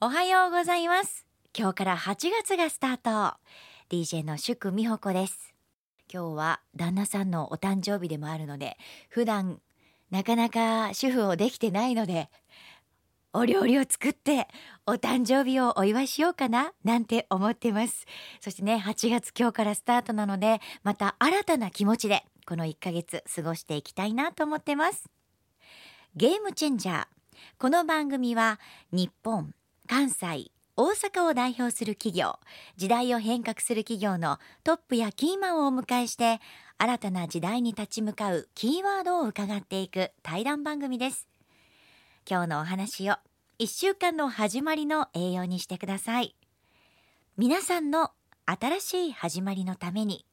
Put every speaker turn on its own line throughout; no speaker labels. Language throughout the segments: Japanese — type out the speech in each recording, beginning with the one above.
おはようございます今日から8月がスタート DJ の祝美穂子です今日は旦那さんのお誕生日でもあるので普段なかなか主婦をできてないのでお料理を作ってお誕生日をお祝いしようかななんて思ってますそしてね8月今日からスタートなのでまた新たな気持ちでこの1ヶ月過ごしていきたいなと思ってますゲームチェンジャーこの番組は日本関西大阪を代表する企業時代を変革する企業のトップやキーマンをお迎えして新たな時代に立ち向かうキーワードを伺っていく対談番組です今日のお話を1週間の始まりの栄養にしてください皆さんの新しい始まりのために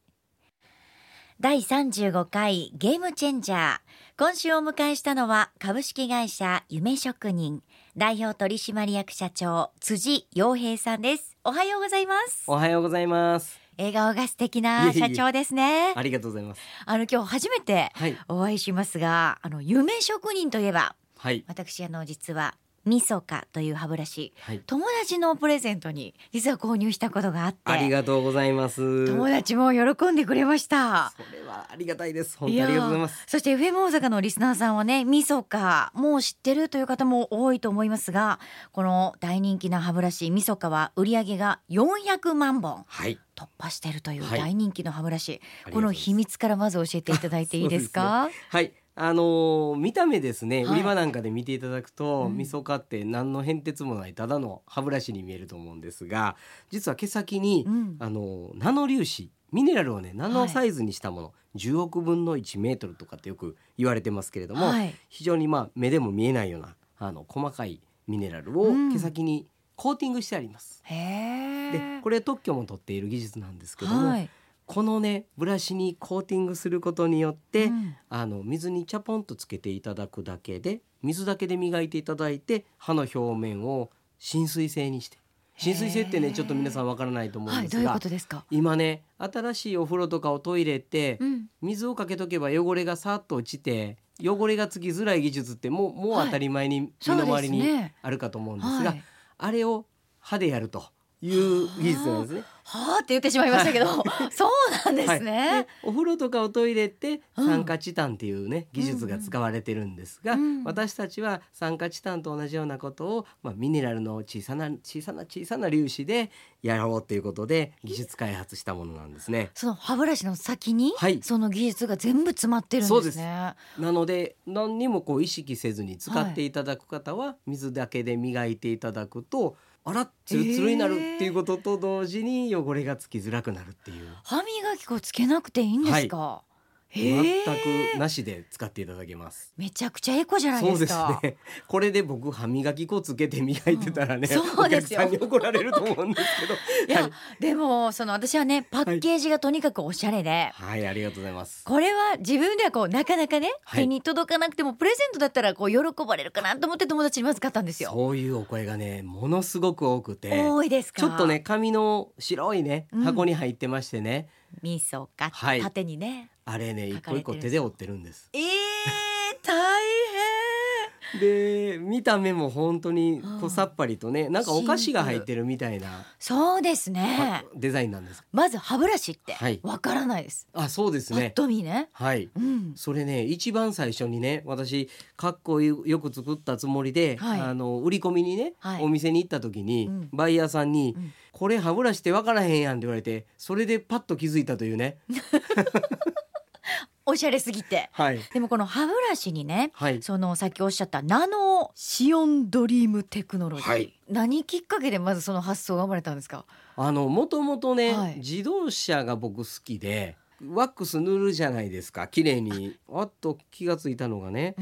第35回ゲームチェンジャー今週お迎えしたのは株式会社夢職人代表取締役社長辻洋平さんですおはようございます
おはようございます。
笑顔が素敵ない
えいえ
社長ですね
ありがとうございます。
あの今日初めて
はい。
お会いしますがあの夢職人といえば
はい。
私あの実はみそかという歯ブラシ
はい。
友達のプレゼントに実は購入したことがあって
ありがとうございます。
友達も喜んでくれました
それはありがたいです。本当にありがとうございます。
そして FM 大阪のリスナーさんはねみそかもう知ってるという方も多いと思いますがこの大人気な歯ブラシみそかは売り上げが400万本
はい。
突破してるという
はい
大人気の歯ブラシ、
ありがとう
こ
ござい
の
ます
秘。密からまず教えていただいていいですか
はい。あのー見た目ですね、
はい
売り場なんかで見ていただくと、
うん
みそかって何の変哲もないただの歯ブラシに見えると思うんですが実は毛先に、
うん
あのーナノ粒子ミネラルをねナ
は
ノ
い
サイズにしたもの、10億分の1メートルとかってよく言われてますけれども、
はい
非常にまあ目でも見えないようなあの細かいミネラルを
うん
毛先にコーティングしてあります。
へ
で
え
これ特許も取っている技術なんですけども、
はい
このねブラシにコーティングすることによって、
うん
あの水にチャポンとつけていただくだけで水だけで磨いていただいて歯の表面を浸水性にして浸水性って
へ
ね
ー
ちょっと皆さんわからないと思うん
はいど
で
う
す
いう
が、
ことですか、
今ね新しいお風呂とかおトイレって、
うん、
水をかけとけば汚れがさっと落ちて汚れがつきづらい技術ってもうもう当たり前に身の
そう
回
で
り
す
に
ね
あるかと思うんですが、
はい
あれを歯でやるという技術なんですね。
はあって言ってしまいましたけど、 そうなんですね、
はいでお風呂とかおトイレって
うん
酸化チタンっていうね、技術が使われてるんですが、
うん
私たちは酸化チタンと同じようなことを、まあ、ミネラルの小さな小さな小さな粒子でやろうということで技術開発したものなんですね。
その歯ブラシの先に、
はい
その技術が全部詰まってるん
そう
で
です
ね。
なので何にもこう意識せずに使っていただく方は水だけで磨いていただくと、あらツルツルになるっていうことと同時に汚れがつきづらくなるっていう。
歯磨き粉つけなくていいんですか。へえ
全くなしで使っていただけます。
めちゃくちゃエコじゃない
そう
で
ですす
か。
ね。これで僕歯磨き粉つけて磨いてたらね、
うんそうですよ
お客さんに怒られると思うんです
い
けど。
や、でもその私はねパッケージがとにかくおしゃれで、
はい、はい、ありがとうございます。
これは自分ではこうなかなかね、
はい
手に届かなくてもプレゼントだったらこう喜ばれるかなと思って友達にまず買ったんですよ。
そういうお声がね、ものすごく多くて、
多いですか。
ちょっとね、紙の白いね
うん
箱に入ってましてね、
味噌か、
はい
縦にね。
あれね
書
一
か
個
れてる
一個手で折ってるんです。
えー、大
で、見た目も本当に
う
こ
ん
うさっぱりとね、なんかお菓子が入ってるみたいな
変。そうですね。
デザインなんです。
まず歯ブラシって
はい
わからないです。
あ、そうです
パッ
ね。
と見ね。
はい。
うん。
それね一番最初にね私かっこよく作ったつもりで、
はい
あの売り込みにね、
はい
お店に行った時に、
うん
バイヤーさんに、
うん
これ歯ブラシって分からへんやん」って言われてそれでパッと気づいたというね。
おしゃれすぎて。
はい、
でもこの歯ブラシにね、
はい
そのさっきおっしゃったナノシオンドリームテクノロジー、
はい
何きっかけでまずその発想が生まれたんですか。
あのもともとね、
はい
自動車が僕好きでワックス塗るじゃないですか綺麗にあっと気がついたのがね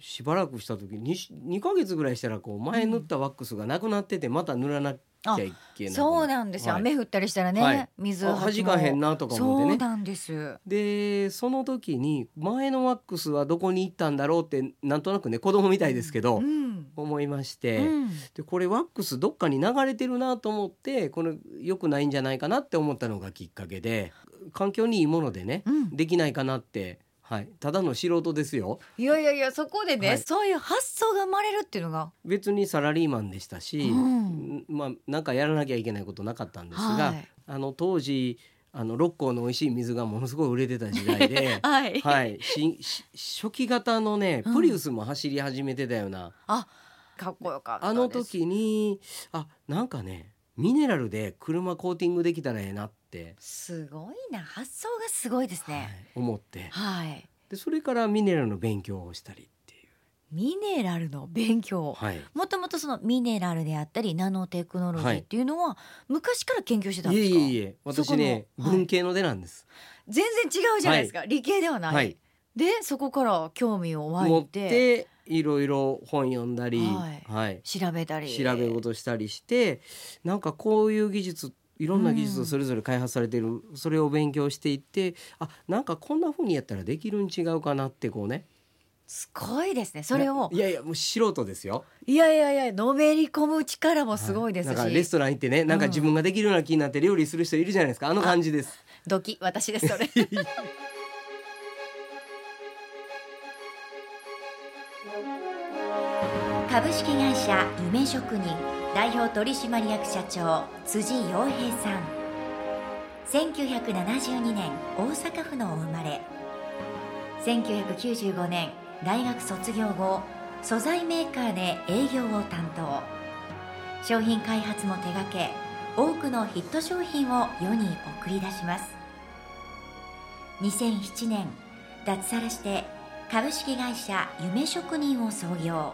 しばらくした時に 2, ヶ月ぐらいしたらこう前塗ったワックスがなくなっててまた塗らなきゃいけない、
そうなんですよ、
はい
雨降ったりしたらね、
はい
水
あ弾かへん
な
なとか
そ
思って
う
ね
なんです。
でその時に前のワックスはどこに行ったんだろうってなんとなくね子供みたいですけど、
うん。
思いまし
う
て、
ん。
でこれワックスどっかに流れてるなと思ってこれ良くないんじゃないかなって思ったのがきっかけで環境にいいものでね、
うん
できないかなってはい、ただの素人ですよ
いやいやいやそこでね、
はい
そういう発想が生まれるっていうのが
別にサラリーマンでしたし、
うん
まあなんかやらなきゃいけないことなかったんですが、
はい、
あの当時あの六甲の美味しい水がものすごい売れてた時代で
はい、
はい、しし初期型のね
うん
プリウスも走り始めてたような、
あかっこよかったです
あの時にあなんかねミネラルで車コーティングできたらええなって、
すごいな発想がすごいです
はい
ね
思って
はい、
でそれからミネラルの勉強をしたりっていう。
ミネラルの勉強
はい
もともとそのミネラルであったりナノテクノロジ
はい
ーっていうのは昔から研究してたん
い
で
え
す
い
か、
えいえ私ね、
そこのはい
文系の出なんです、
全然違うじゃないですか、理系ではない、
はい
でそこから興味を湧
持
い
ってていろいろ本読んだり、
はい
はい
調べたり
調べ事したりしてなんかこういう技術いろんな技術
う
を
ん
それぞれ開発されている、それを勉強していってあなんかこんな風にやったらできるに違うかなってこうね
すごいですねそれを
いやいやもう素人ですよ
いやいやいやのめり込む力もすごいです
は
し、
だからレストラン行ってねなんか自分ができるような気になって料理する人いるじゃないですかあの感じです
ドキ私ですそれ株式会社夢職人代表取締役社長辻洋平さん1972年大阪府のお生まれ1995年大学卒業後素材メーカーで営業を担当商品開発も手掛け多くのヒット商品を世に送り出します2007年脱サラして株式会社夢職人を創業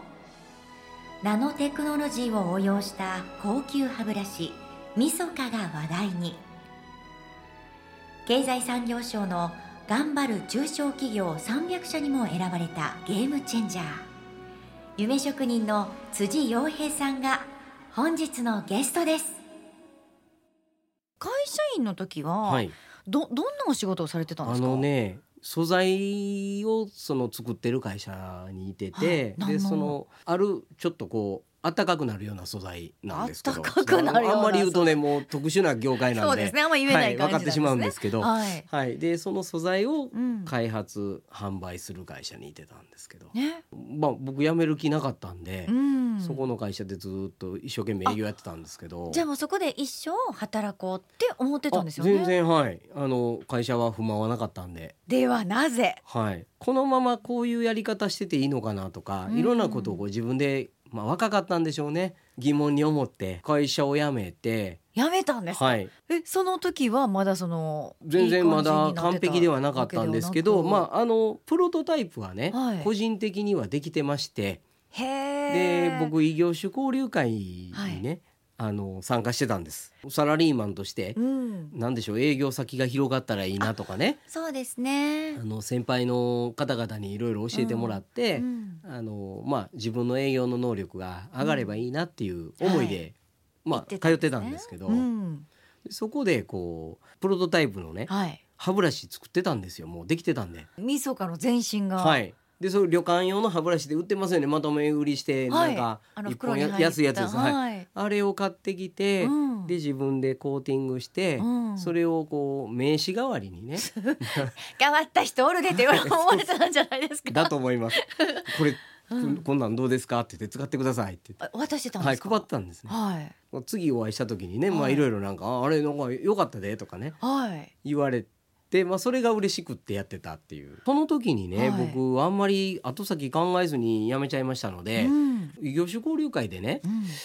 ナノテクノロジーを応用した高級歯ブラシミソカが話題に経済産業省の頑張る中小企業300社にも選ばれたゲームチェンジャー夢職人の辻洋平さんが本日のゲストです会社員の時は、
はい
どどんなお仕事をされてたんで
あ
すか
のね素材をその作ってる会社にいてて、
はい
で
何の
そのあるちょっとこう暖かくなるような素材なんですけど
暖かくなるような素材
あんまり言うとねもう特殊な業界なんで
そうですねあんま言えない
は
感じなん
い、分かっ
で
て
す
し
ね、
まうんですけど、はい
はい、
でその素材を
うん、
開発、販売する会社にいてたんですけど、
ね、
まあ、僕辞める気なかったんで
う、ん、
そこの会社でずっと一生懸命営業やってたんですけど
じゃあもうそこで一生働こうって思ってたんですよ
あ
ね
全然はいあの会社は不満はなかったんで。
ではなぜ
はい、このままこういうやり方してていいのかなとか、
うん
いろんなことをこう自分で、まあ、若かったんでしょうね疑問に思って会社を辞めて、
辞めたんですか、
はい、
えその時はまだその
全然まだ完璧ではなかったんですけどまあ、あのプロトタイプはね、
はい
個人的にはできてまして
あへ
で
え
僕異業種交流会にね、あの参加してたんです。サラリーマンとして
うん
なんでしょう営業先が広がったらいいなとかね
そうです
あ
ね、
の先輩の方々にいろいろ教えてもらって、
うん、
あのまあ自分の営業の能力が上がればいいなっていう思いで、まあ通ってたんですけど、
うん、
そこでこうプロトタイプのね
はい
歯ブラシ作ってたんですよもうできてたんで。
みそかの全身が
はいでそれ旅館用の歯ブラシで売ってますよねまとめ売りして
は
ないんか
あの
一
袋
本
に
や、
入った
安いやつです、はい、
はい
あれを買ってきて、
うん
で自分でコーティングして、
うん
それをこう名刺代わりにね
変わった人おるでって思われてたんじゃないですか。
だと思い ますこれ、
うん
こんなんどうですかって言って使ってくださいって言って
あ渡してたん
は
で
い
すか。
配ったんですね
はい
次お会いした時にね、ま
は
あ、
い
いろいろなんか「ああれなんか良かったで」とかね
はい
言われて、まあ、それが嬉しくってやってたっていうその時にね、
はい
僕あんまり後先考えずに辞めちゃいましたので
う、ん
異業種交流会でね
うん
「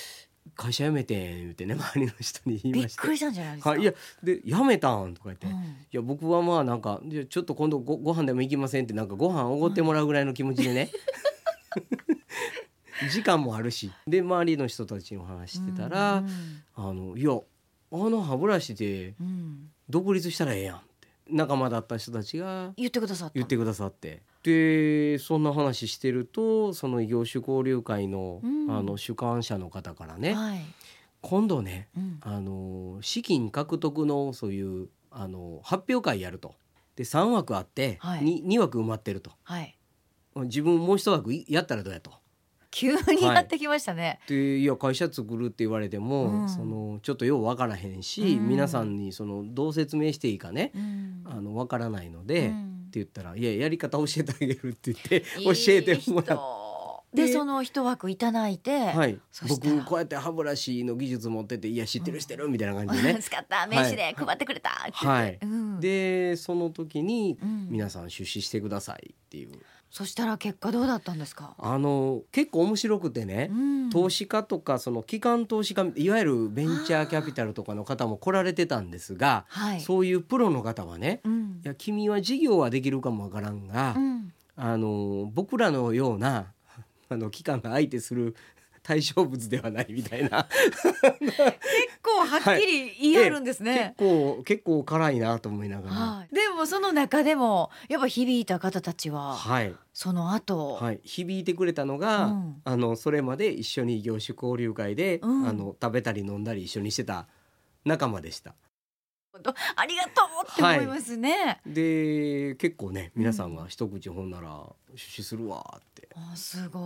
会社辞めてん」ってね 周りの人に言い
び
ま
っ
して
くりしたんじゃないですか。
はい、いやで辞めたん」とか言って。
う
い
ん
や僕はまあなんかじゃあちょっと今度ごご飯でも行きませんってなんかご飯おごってもらうぐらいの気持ちでね 時間もあるしで周りの人たちの話してたら、
うん
あのいやあの歯ブラシで
うん
独立したらええやんって仲間だった人たちが
言ってくださった。
言ってくださってでそんな話してるとその異業種交流会の,、
うん
あの主管者の方からね
はい。
今度ね
うん
あの資金獲得のそういうあの発表会やると。で3枠あって
はい
2,、二枠埋まってると
はい。
自分もう1枠いやったらどうやと。
急にやってきましたね。
でいや会社作るって言われても、
うん
そのちょっとようわからへんし、
うん
皆さんにそのどう説明していいかね、
うん
あのわからないの
う
で、
ん
言ったら「いややり方教えてあげる」って言って教えてもらっ
ってでその一枠いただいて、
て、はい
そ、したら
僕こうやって歯ブラシの技術持ってて「いや知ってる知ってる」みたいな感 じでね。
使った名刺で配ってくれたって言って、
はい
うん、
でその時に
うん
「皆さん出資してください」っていう
そしたら結果どうだったんですか、
あの結構面白くてね
うん
投資家とかその機関投資家いわゆるベンチャーキャピタルとかの方も来られてたんですが
はい
そういうプロの方はね
うん
いや君は事業はできるかもわからんが、
うん
あの僕らのようなあの期間が相手する対象物ではないみたいな、
結構はっきり言い張るんですね、
結構結構辛いなと思いながら、
はい、でもその中でもやっぱ響いた方たちは
はい
その後、
はい、響いてくれたのが、
うん
あのそれまで一緒に業種交流会で、
うん
あの食べたり飲んだり一緒にしてた仲間でした。
ありがとうって思いますね、
で結構ね皆さんが一口ほんなら出資するわって
あすご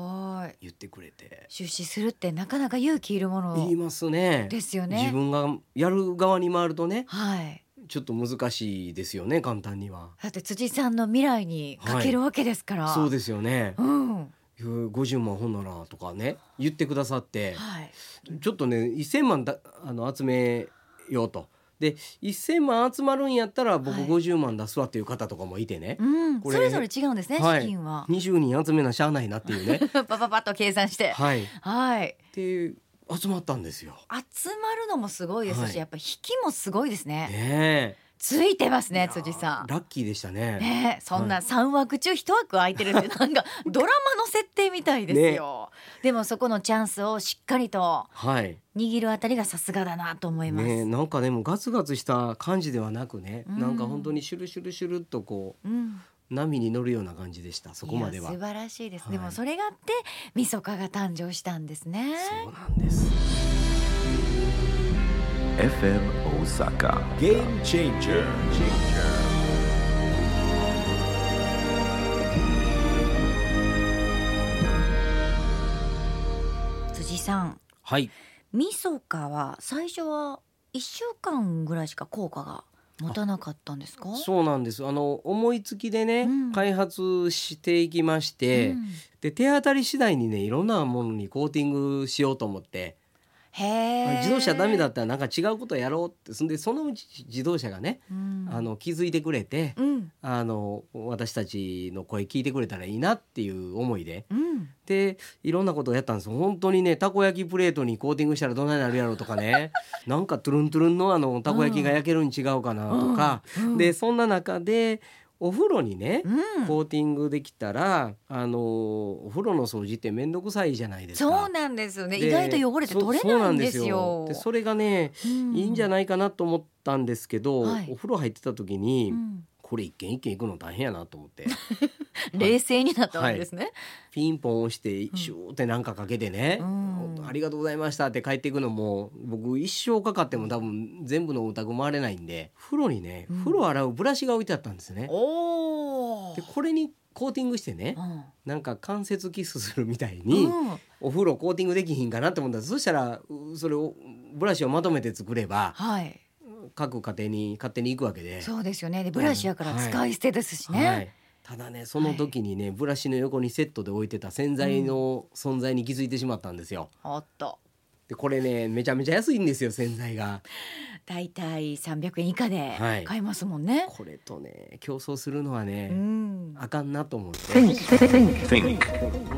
い
言ってくれて、
出資するってなかなか勇気いるも
言い
の
ますね
ですよ
自
ね
分がやる側に回るとね
はい
ちょっと難しいですよね簡単には。
だって辻さんの未来にかけるわけですから、
そうですよね。
うん
いや50万ほんならとかね言ってくださって
はい
ちょっとね1,000万だあの集めようと。で1,000万集まるんやったら僕
はい
50万出すわっていう方とかもいてね、
うん、
これ
それぞれ違うんですね、
はい
資金は
20人集めなしゃあないなっていうね
パパパッと計算して
はい
はい
で集まったんですよ。
集まるのもすごいですし、
はい
やっぱ引きもすごいですね
ね
ついてます
え
ね辻さん
ラッキーでしたね。
ねえそん
は
な3枠中1枠空いてる ってなんかドラマの設定みたいですよ、でもそこのチャンスをしっかりと
はい、
握るあたりがさすがだなと思います、
ねえなんかでもガツガツした感じではなくね、
うん
なんか本当にシュルシュルシュルっとこ
うん、
う波に乗るような感じでしたそこまではい
や。素晴らしいです、
はい
でもそれがあってみそかが誕生したんですね
そうなんです。
FM Osaka. Game changer. changer.
辻さん
はい。
みそかは最初は1週間ぐらいしか効果が持たなかったんですか
そうなんです。あの思いつきでね、
うん
開発していきまして、
うん
で手当たり次第にね、いろんなものにコーティングしようと思って、
へえ
自動車ダメだったらなんか違うことやろうって、そんでそのうち自動車がね、
うん
あの気づいてくれて、
うん
あの私たちの声聞いてくれたらいいなっていう思いで。
うん
でいろんなことをやったんですよ本当にねたこ焼きプレートにコーティングしたらどないなるやろうと かねなんかトゥルントゥルンのあのたこ焼きが焼けるに違うかなとか、
うんうん
でそんな中でお風呂にね、
うん
コーティングできたらあのお風呂の掃除って面倒くさいじゃないですか。
そうなんですよね。
で
意外と汚れて取れ
そそう
ないんですよ。
でそれがねいいんじゃ
ない、
ないかなと思ったんですけど、
はい
お風呂入ってた時に、
うん
これ一軒一軒行くの大変やなと思って。
冷静になったわけですね。
ピンポン押してシューってなんかかけてね、
うん
ありがとうございましたって帰っていくのも僕一生かかっても多分全部のお宅回れないんで風呂にね、
うん
風呂洗うブラシが置いてあったんですね。
おお
で。これにコーティングしてね
うん
なんか関節キスするみたいに、
うん
お風呂コーティングできひんかなと思ったんですそしたらうそれをブラシをまとめて作れば
はい。
各家庭に勝手に行くわけで。
そうですよね。でブラシやから使い捨てですしね。
はい、ただねその時にね、ブラシの横にセットで置いてた洗剤の存在に気づいてしまったんですよ。
おっと。
でこれねめちゃめちゃ安いんですよ洗剤が。
だいたい三百円以下で
はい
買えますもんね。
これとね競争するのは
う
ね、
ん。
あかんなと思って、
Think.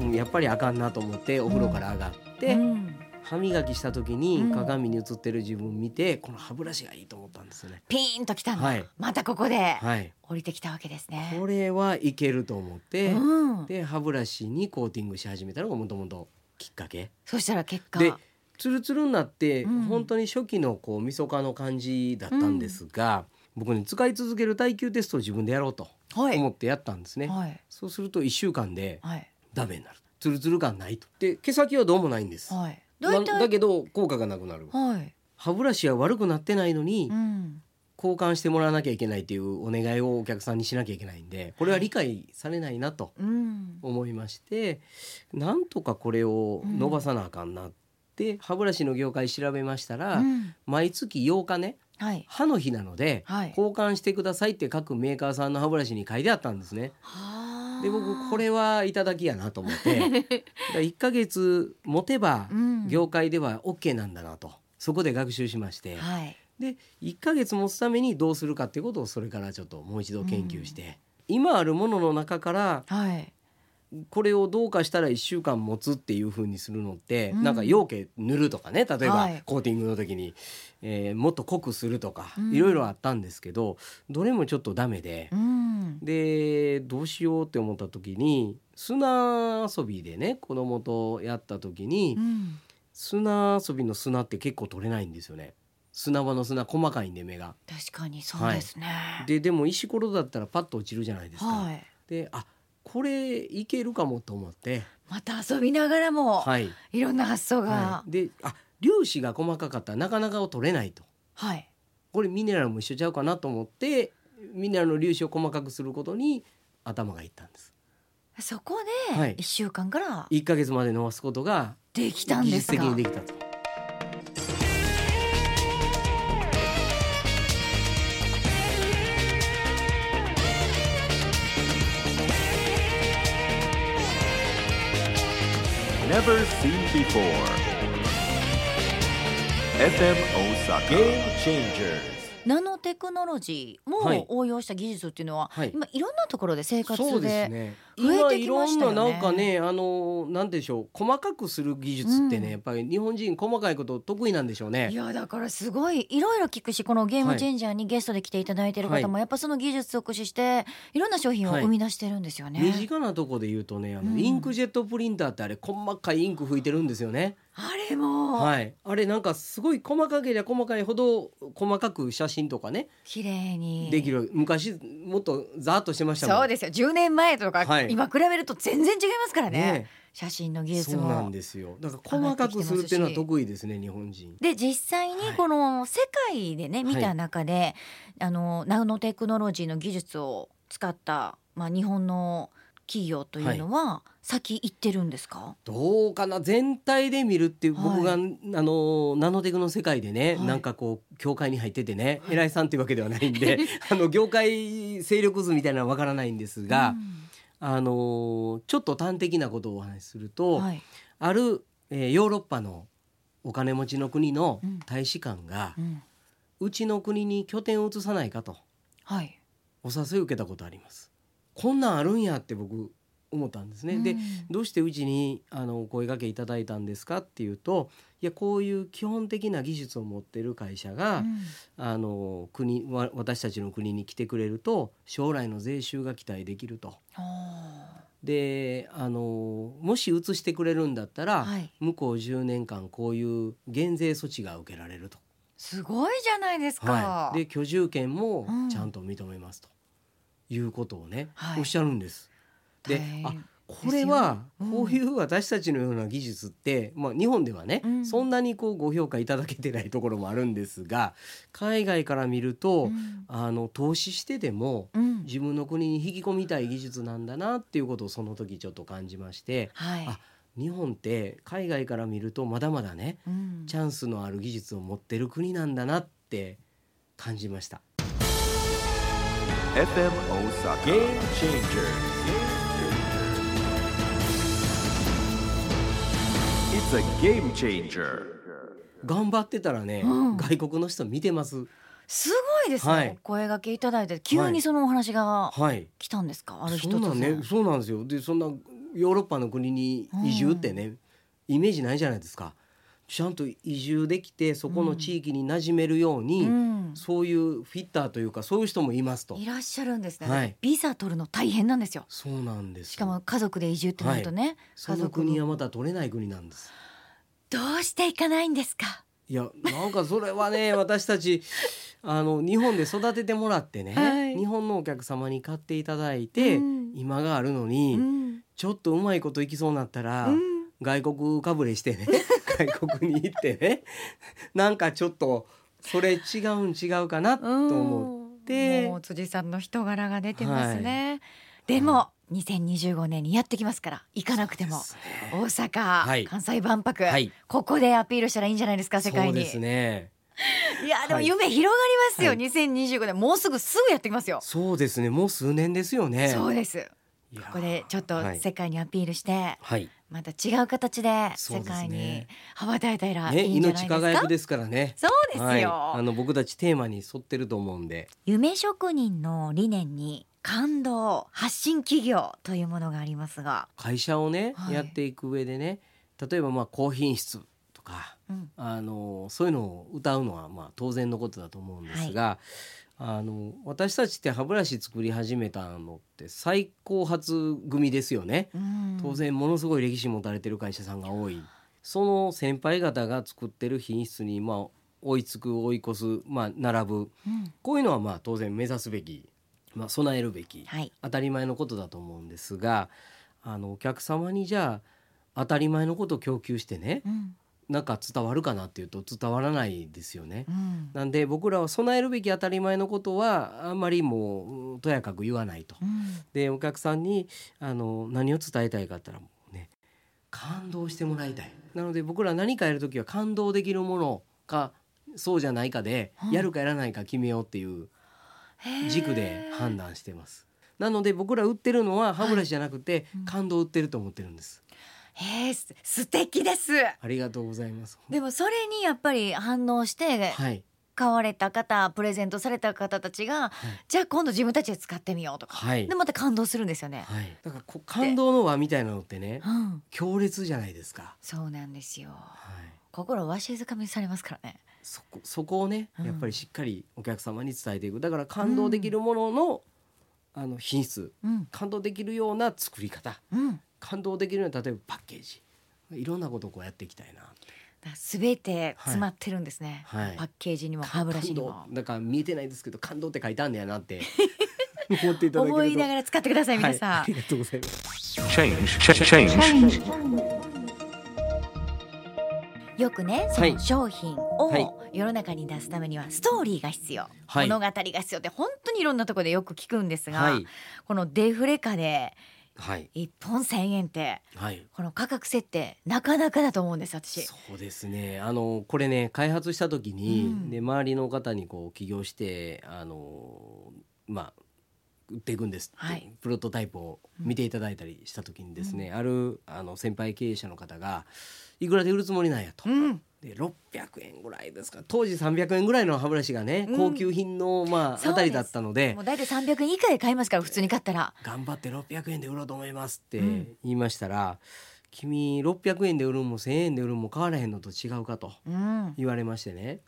うん、やっぱりあかんなと思ってお風呂から上がって、
うん
歯磨きした時
うん
に鏡に映ってる自分見てこの歯ブラシがいいと思ったんですよね。
ピーンときたんだ、
はい
またここで
はい、
降りてきたわけですね。
これはいけると思って、
うん。
で歯ブラシにコーティングし始めたのがもともときっかけ。
そしたら結果。
でツルツルになって、
うん
本当に初期のこうみそかの感じだったんですが、僕ね使い続ける耐久テストを自分でやろうと
はい
思ってやったんですね、
はい
そうすると1週間で
はい
ダメになるツルツル感ないとで毛先はどうもないんです、
はい。
な
だい
だ
たい
けど効果がなくなる
はい。
歯ブラシは悪くなってないのに
うん。
交換してもらわなきゃいけないっていうお願いをお客さんにしなきゃいけないんでこれは理解されないなと
うん。
思いましてなんとかこれを伸ばさなあかんなって、歯ブラシの業界調べましたら、
うん
毎月8日ね
はい。
歯の日なので、
はい
交換してくださいって各メーカーさんの歯ブラシに書いてあったんですね。
はあ
で僕これはいただきやなと思ってだから1ヶ月持てば
うん
業界では OK なんだなと、そこで学習しまして
はい。
で1ヶ月持つためにどうするかってことをそれからちょっともう一度研究して、今あるものの中から
はい。
これをどうかしたら1週間持つっていう風にするのって、
うん
なんか容器塗るとかね例えば、
はい
コーティングの時に、えーもっと濃くするとか、
うん
いろいろあったんですけどどれもちょっとダメで
う、ん。
でどうしようって思った時に砂遊びでね子供とやった時に、
うん。
砂遊びの砂って結構取れないんですよね砂場の砂細かいんで目が。
確かにそうですね。
ででも石ころだったらパッと落ちるじゃないですか。
はい。
であこれいけるかもと思って、
また遊びながらも、
はい
い、ろんな発想
は
が。
い、であ粒子が細かかったらなかなか取れないと
はい。
これミネラルも一緒ちゃうかなと思ってミネラルの粒子を細かくすることに頭がいったんです。
そこ
は
で
い
一週間から
1ヶ月まで伸ばすことが
できたんですか。
技術的にできたと。
Never seen before. FM Osaka. Game Changers.
ナノテクノロジー
はい
も応用した技術っていうのは、
はい
今いろんなところで生活
そうで
で
すね。
増
今
えて
い
き
ろ
まし
ん
たよ
な
ね
なんかねあのなんでしょう細かくする技術ってね、
うん
やっぱり日本人細かいこと得意なんでしょうね。
いやだからすごいいろいろ聞くしこのゲームチェンジャーにゲストで来ていただいてる方もやっぱその技術を駆使していろんな商品を
はい
生み出してるんですよね。
身近なとこで言うとねあの、
うん
インクジェットプリンターってあれ細かいインク吹いてるんですよね。
あれも
はい、あれなんかすごい細かければ細かいほど細かく写真とかね
綺麗に
できる昔もっとざーっとしてましたもん
そうですよ10年前とか、
はい
今比べると全然違いますからね
ね
写真の技術
そうなん
も。
ですよだから細かくするっていうのは得意ですね日本人。
で実際に
はい
この世界でね、見た中で、あのナノテクノロジーの技術を使った、まあ、日本の企業というのは、先行ってるんですか
どうかな全体で見るっていう
はい
僕が、あのナノテクの世界でね、
はい
なんかこう業界に入っててね、
はい
偉いさんっていうわけではないん であの業界勢力図みたいなのはわからないんですが、あのちょっと端的なことをお話しする
う
と、
んはい
ある、えーヨーロッパのお金持ちの国の
うん
大使館が、
うん
うちの国に拠点を移さないかと
はい
お誘いを受けたことあります。こんなんあるんやって僕思ったんですね。で
うん
どうしてうちにあのお声掛けいただいたんですかっていうといやこういう基本的な技術を持ってる会社が、
うん
あの国わ私たちの国に来てくれると将来の税収が期待できると。
あ
であのもし移してくれるんだった
ー
ら、
はい
向こう10年間こういう減税措置が受けられると、
すごいじゃないですか。
はい、で居住権も
うん
ちゃんと認めますと、いうことをね、
はい
おっしゃるんです。で
大変
あこれは
ですようん
こういう私たちのような技術って、まあ、日本ではね、
うん
そんなにこうご評価いただけてないところもあるんですが海外から見ると、
うん
あの投資してでも
うん
自分の国に引き込みたい技術なんだなっていうことをその時ちょっと感じまして
はい
あ日本って海外から見るとまだまだね
うん
チャンスのある技術を持ってる国なんだなって感じました。
FM Osaka. Game Changers. It's a game changer.
頑張ってたらね、
うん
外国の人見てます。
すごいですね、
はい
お声掛けいただいて急にそのお話が
はい。
来たんですか、ある日
そう
突
なん
然
ね、そうなんですよでそんなヨーロッパの国に移住ってね、イメージないじゃないですかちゃんと移住できてそこの地域に馴染めるように、
うん
そういうフィッターというかそういう人もいますと
いらっしゃるんですね、
はい
ビザ取るの大変なんですよ
そうなんです
しかも家族で移住ってなるとね、
その国はまた取れない国なんです
どうしていかないんですか、
いやなんかそれは ね私たちあの日本で育ててもらってね、
はい
日本のお客様に買っていただいて、
うん
今があるのに、
うん
ちょっとうまいこといきそうになったら、
うん
外国かぶれし てね外国に行ってねなんかちょっとそれ違うん違うかなと思う。て
もう辻さんの人柄が出てますね、でも、2025年にやってきますから行かなくても
そ
大
う
阪、
はい
関西万博、
はい
ここでアピールしたらいいんじゃないですか
ですね
世界
そう
に
ですね
いやでも
はい
夢広がりますよ、
はい
2025年もうすぐすぐやってきますよ、
そうですねもう数年ですよね
そうです
いやー
これちょっと
はい
世界にアピールして、
はい
また違う形で
そ
世
うですね
界に羽ばたいたらい
ね
いんじゃない
命
です
輝
か、
くですからね
そうですよ、
はい、あの僕たちテーマに沿ってると思うんで
夢職人の理念に感動発信企業というものがありますが、
会社をね、
はい
やっていく上でね例えばまあ高品質とか
うん
あのそういうのを歌うのはまあ当然のことだと思うんですが、あの私たちって歯ブラシ作り始めたのって最高発組ですよね。
うん
当然ものすごい歴史持たれてる会社さんが多いその先輩方が作ってる品質にまあ追いつく追い越す、まあ、並ぶ
うん
こういうのはまあ当然目指すべき、まあ、備えるべき
はい
当たり前のことだと思うんですがあのお客様にじゃあ当たり前のことを供給してね
うん
なんか伝わるかなっていうと伝わらないですよね
う。ん
なんで僕らは備えるべき当たり前のことはあんまりもううんとやかく言わないと。
うん
でお客さんにあの何を伝えたいかって言ったらもうね感動してもらいたいなので僕ら何かやる時は感動できるものかそうじゃないかで、
うん
やるかやらないか決めようっていう
へー
軸で判断してますなので僕ら売ってるのは歯ブラシじゃなくて、
うん
感動を売ってると思ってるんです
へーす素敵です
ありがとうございます
でもそれにやっぱり反応して
はい
買われた方プレゼントされた方たちが
はい
じゃあ今度自分たちで使ってみようとか
はい
でまた感動するんですよね、
はいだからこう感動の輪みたいなのってね
うん
強烈じゃないですか
そうなんですよ
はい
心をわしづかみにされますからね
そこそこをね、
うん
やっぱりしっかりお客様に伝えていくだから感動できるものの,、あの品質
うん
感動できるような作り方
うん
感動できるような例えばパッケージいろんなことをこうやっていきたいな
すべて詰まってるんですね、
はい
パッケージにも歯ブラシにも
感動だから見えてないですけど感動って書いてあるんだよなって 思っていただけると
思いなが
ら
ら使ってください皆さん、
はい、ありがとうございます
Change, ch- change.
よくねそ
はい
の商品
はい
を世の中に出すためにはストーリーが必要、
はい
物語が必要って本当にいろんなところでよく聞くんですが、
はい
このデフレ下で
はい
1本1,000円って
はい
この価格設定なかなかだと思うんです私。
そうですねあのこれね開発した時に、
うん
で周りの方にこう起業してあのまあ売っていくんですって、
はい
プロトタイプを見ていただいたりした時にですね、あるあの先輩経営者の方が「いくらで売るつもりなんや」と。
うん、
で600円ぐらいですか当時300円ぐらいの歯ブラシがね、
うん
高級品の、まあ、
そうです
あたりだったので
もう大体300円以下で買いますから普通に買ったら
頑張って600円で売ろうと思いますって
うん
言いましたら「君600円で売るんも1,000円で売るんも変わらへんのと違うか」と。
うん
言われましてね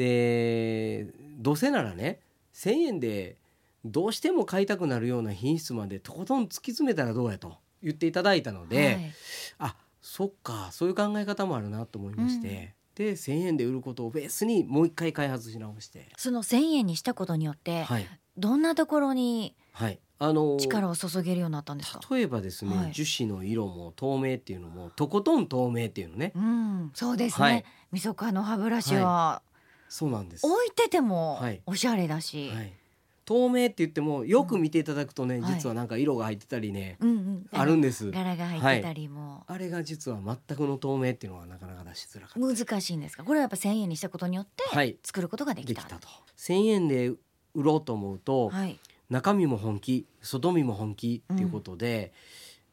でどうせならね1,000円でどうしても買いたくなるような品質までとことん突き詰めたらどうやと言っていただいたので、
はい
あそっかそういう考え方もあるなと思いまして、で1,000円で売ることをベースにもう一回開発し直して、
その1,000円にしたことによって、
はい
どんなところに
はい、あの
力を注げるようになったんですか
例えばですね、
はい
樹脂の色も透明っていうのもとことん透明っていうのね、
うん、そうですね。
はい
みそかの歯ブラシは
そうなんです。
置いてても
はい
おしゃれだし、
はい、透明って言ってもよく見ていただくとね、
うん
実はなんか色が入ってたりね、
うんうん、
あるんです
柄が入ってたりも、
あれが実は全くの透明っていうのはなかなか出しづらかっ
難しいんですか。これはやっぱ1000円にしたことによって
た、はい、
作ることができ
でき
た。
たと1,000円で売ろうと思うと、
はい。
中身も本気外身も本気っていうことで、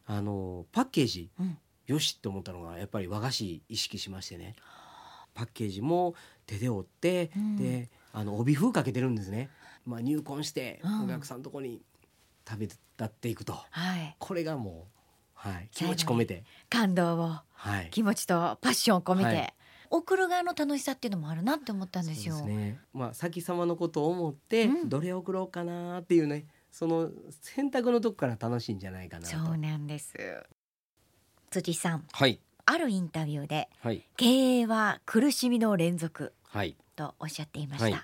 あのパッケージ、
うん
よしって思ったのがやっぱり和菓子意識しましてねパッケージも手で折って、
うん
であの帯風かけてるんですね、まあ、入魂して
うん
お客さんのとこに食べたっていくと。
はい。
これがもう、はい、気持ち込めて、
感動を
はい、
気持ちとパッションを込めて、
はい
送る側の楽しさっていうのもあるなって思ったん
そう
ですよ。
ね。まあ先様のことを思って、
うん
どれを送ろうかなっていうね、その選択のとこから楽しいんじゃないかなと。
そうなんです。辻さん、
はい
あるインタビューで
はい
経営は苦しみの連続。
はい
とおっしゃっていました、
はい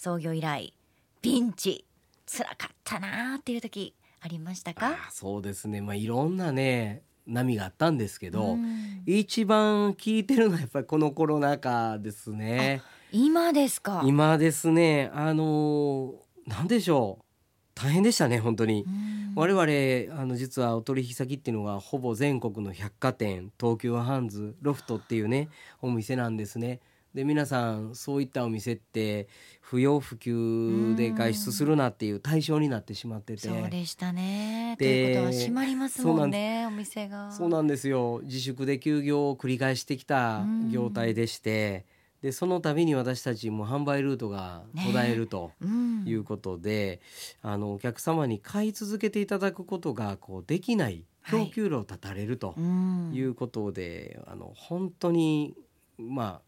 創業以来ピンチ辛かったなーっていう時ありました
あ
か
ーそうですね。まあいろんなね波があったんですけ
う
ど、
ん
一番聞いてるのはやっぱりこのコロナ禍ですね。
今ですか
今ですね、あのー、なんでしょう、大変でしたね本当に。
うん
我々あの実はお取引先っていうのがほぼ全国の百貨店東急ハンズロフトっていうねお店なんですね。で皆さんそういったお店って不要不急で外出するなっていう対象になってしまってて、
そうでしたね。と
で
いうことは閉まりますもんね、お店が。
そうなんですよ自粛で休業を繰り返してきた業態でして、でその度に私たちも販売ルートが途絶えると。
うん
いうことで、あのお客様に買い続けていただくことがこうできない
はい
供給路を断たれると
うん
いうことで、あの本当にま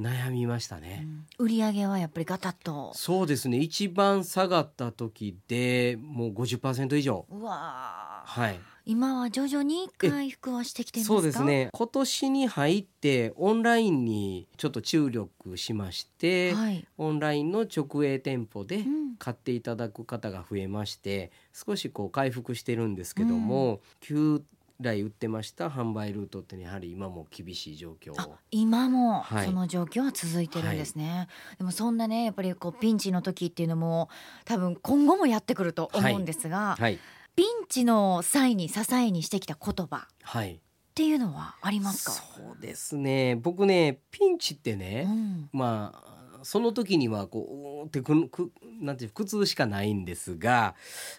あ悩みましたね。
売り上げはやっぱりガタッと。
そうですね一番下がった時でもう50%以上
うわあ。
はい
今は徐々に回復はしてきていますか。
そうです。ね今年に入ってオンラインにちょっと注力しまして、
はい。
オンラインの直営店舗で
うん
買っていただく方が増えまして少しこう回復してるんですけども、旧来売ってました販売ルートっていうのはやはり今も厳しい状況
あ今も
はい
その状況は続いてるんですね、でもそんなねやっぱりこうピンチの時っていうのも多分今後もやってくると思うんですが、
はい
ピンチの際に支えにしてきた言葉っ
はい
ていうのはありますか
そうですね僕ねピンチってね、
うん
まあその時にはこううーってくんくなんていう苦痛しかないんですが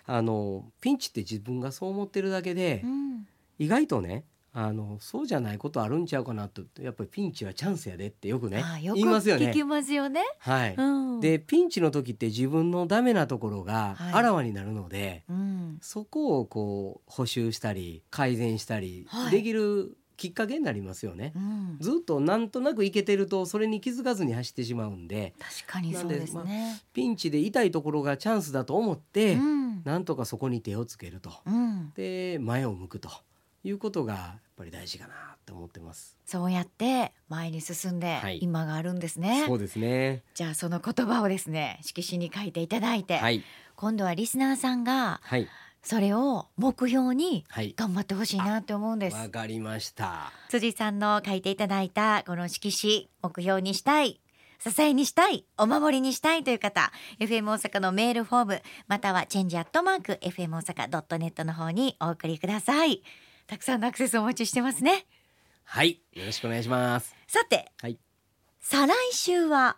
あのピンチって自分がそう思ってるだけで、
うん
意外とねあのそうじゃないことあるんちゃうかなとやっぱりピンチはチャンスやでってよくね
あよく
言いますよ
聞
ね
き。ますよね。
はい
うん、
でピンチの時って自分のダメなところが
はい
あらわになるので、
うん、
そこをこう補修したり改善したり
はい
できるきっかけになりますよね。
うん、
ずっとなんとなくいけてるとそれに気づかずに走ってしまうんで、
確かにそうですね。
ピンチで痛いところがチャンスだと思って、
うん
なんとかそこに手をつけると、
うん、
で前を向くということがやっぱり大事かなと思ってます。
そうやって前に進んで
はい
今があるんですね、
うですね。
じゃあその言葉をですね色紙に書いていただいて、
はい
今度はリスナーさんが
はい
それを目標に
はい。
頑張ってほしいなって思うんです
わかりました。
辻さんの書いていただいたこの色紙目標にしたい支えにしたいお守りにしたいという方 FM 大阪のメールフォームまたはチェンジアットマーク FM 大阪 .net の方にお送りくださいたくさんのアクセスお待ちしてますね
はいよろしくお願いします。
さて、
はい
再来週は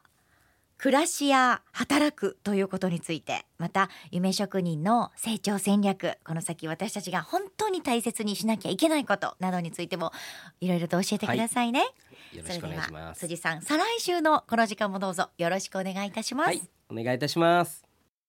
暮らしや働くということについてまた夢職人の成長戦略この先私たちが本当に大切にしなきゃいけないことなどについてもいろいろと教えてくださいね、
よろ
それ
しくお
で
願いし
は
ます。
辻さん再来週のこの時間もどうぞよろしくお願いいたします、
はいお願いいたします。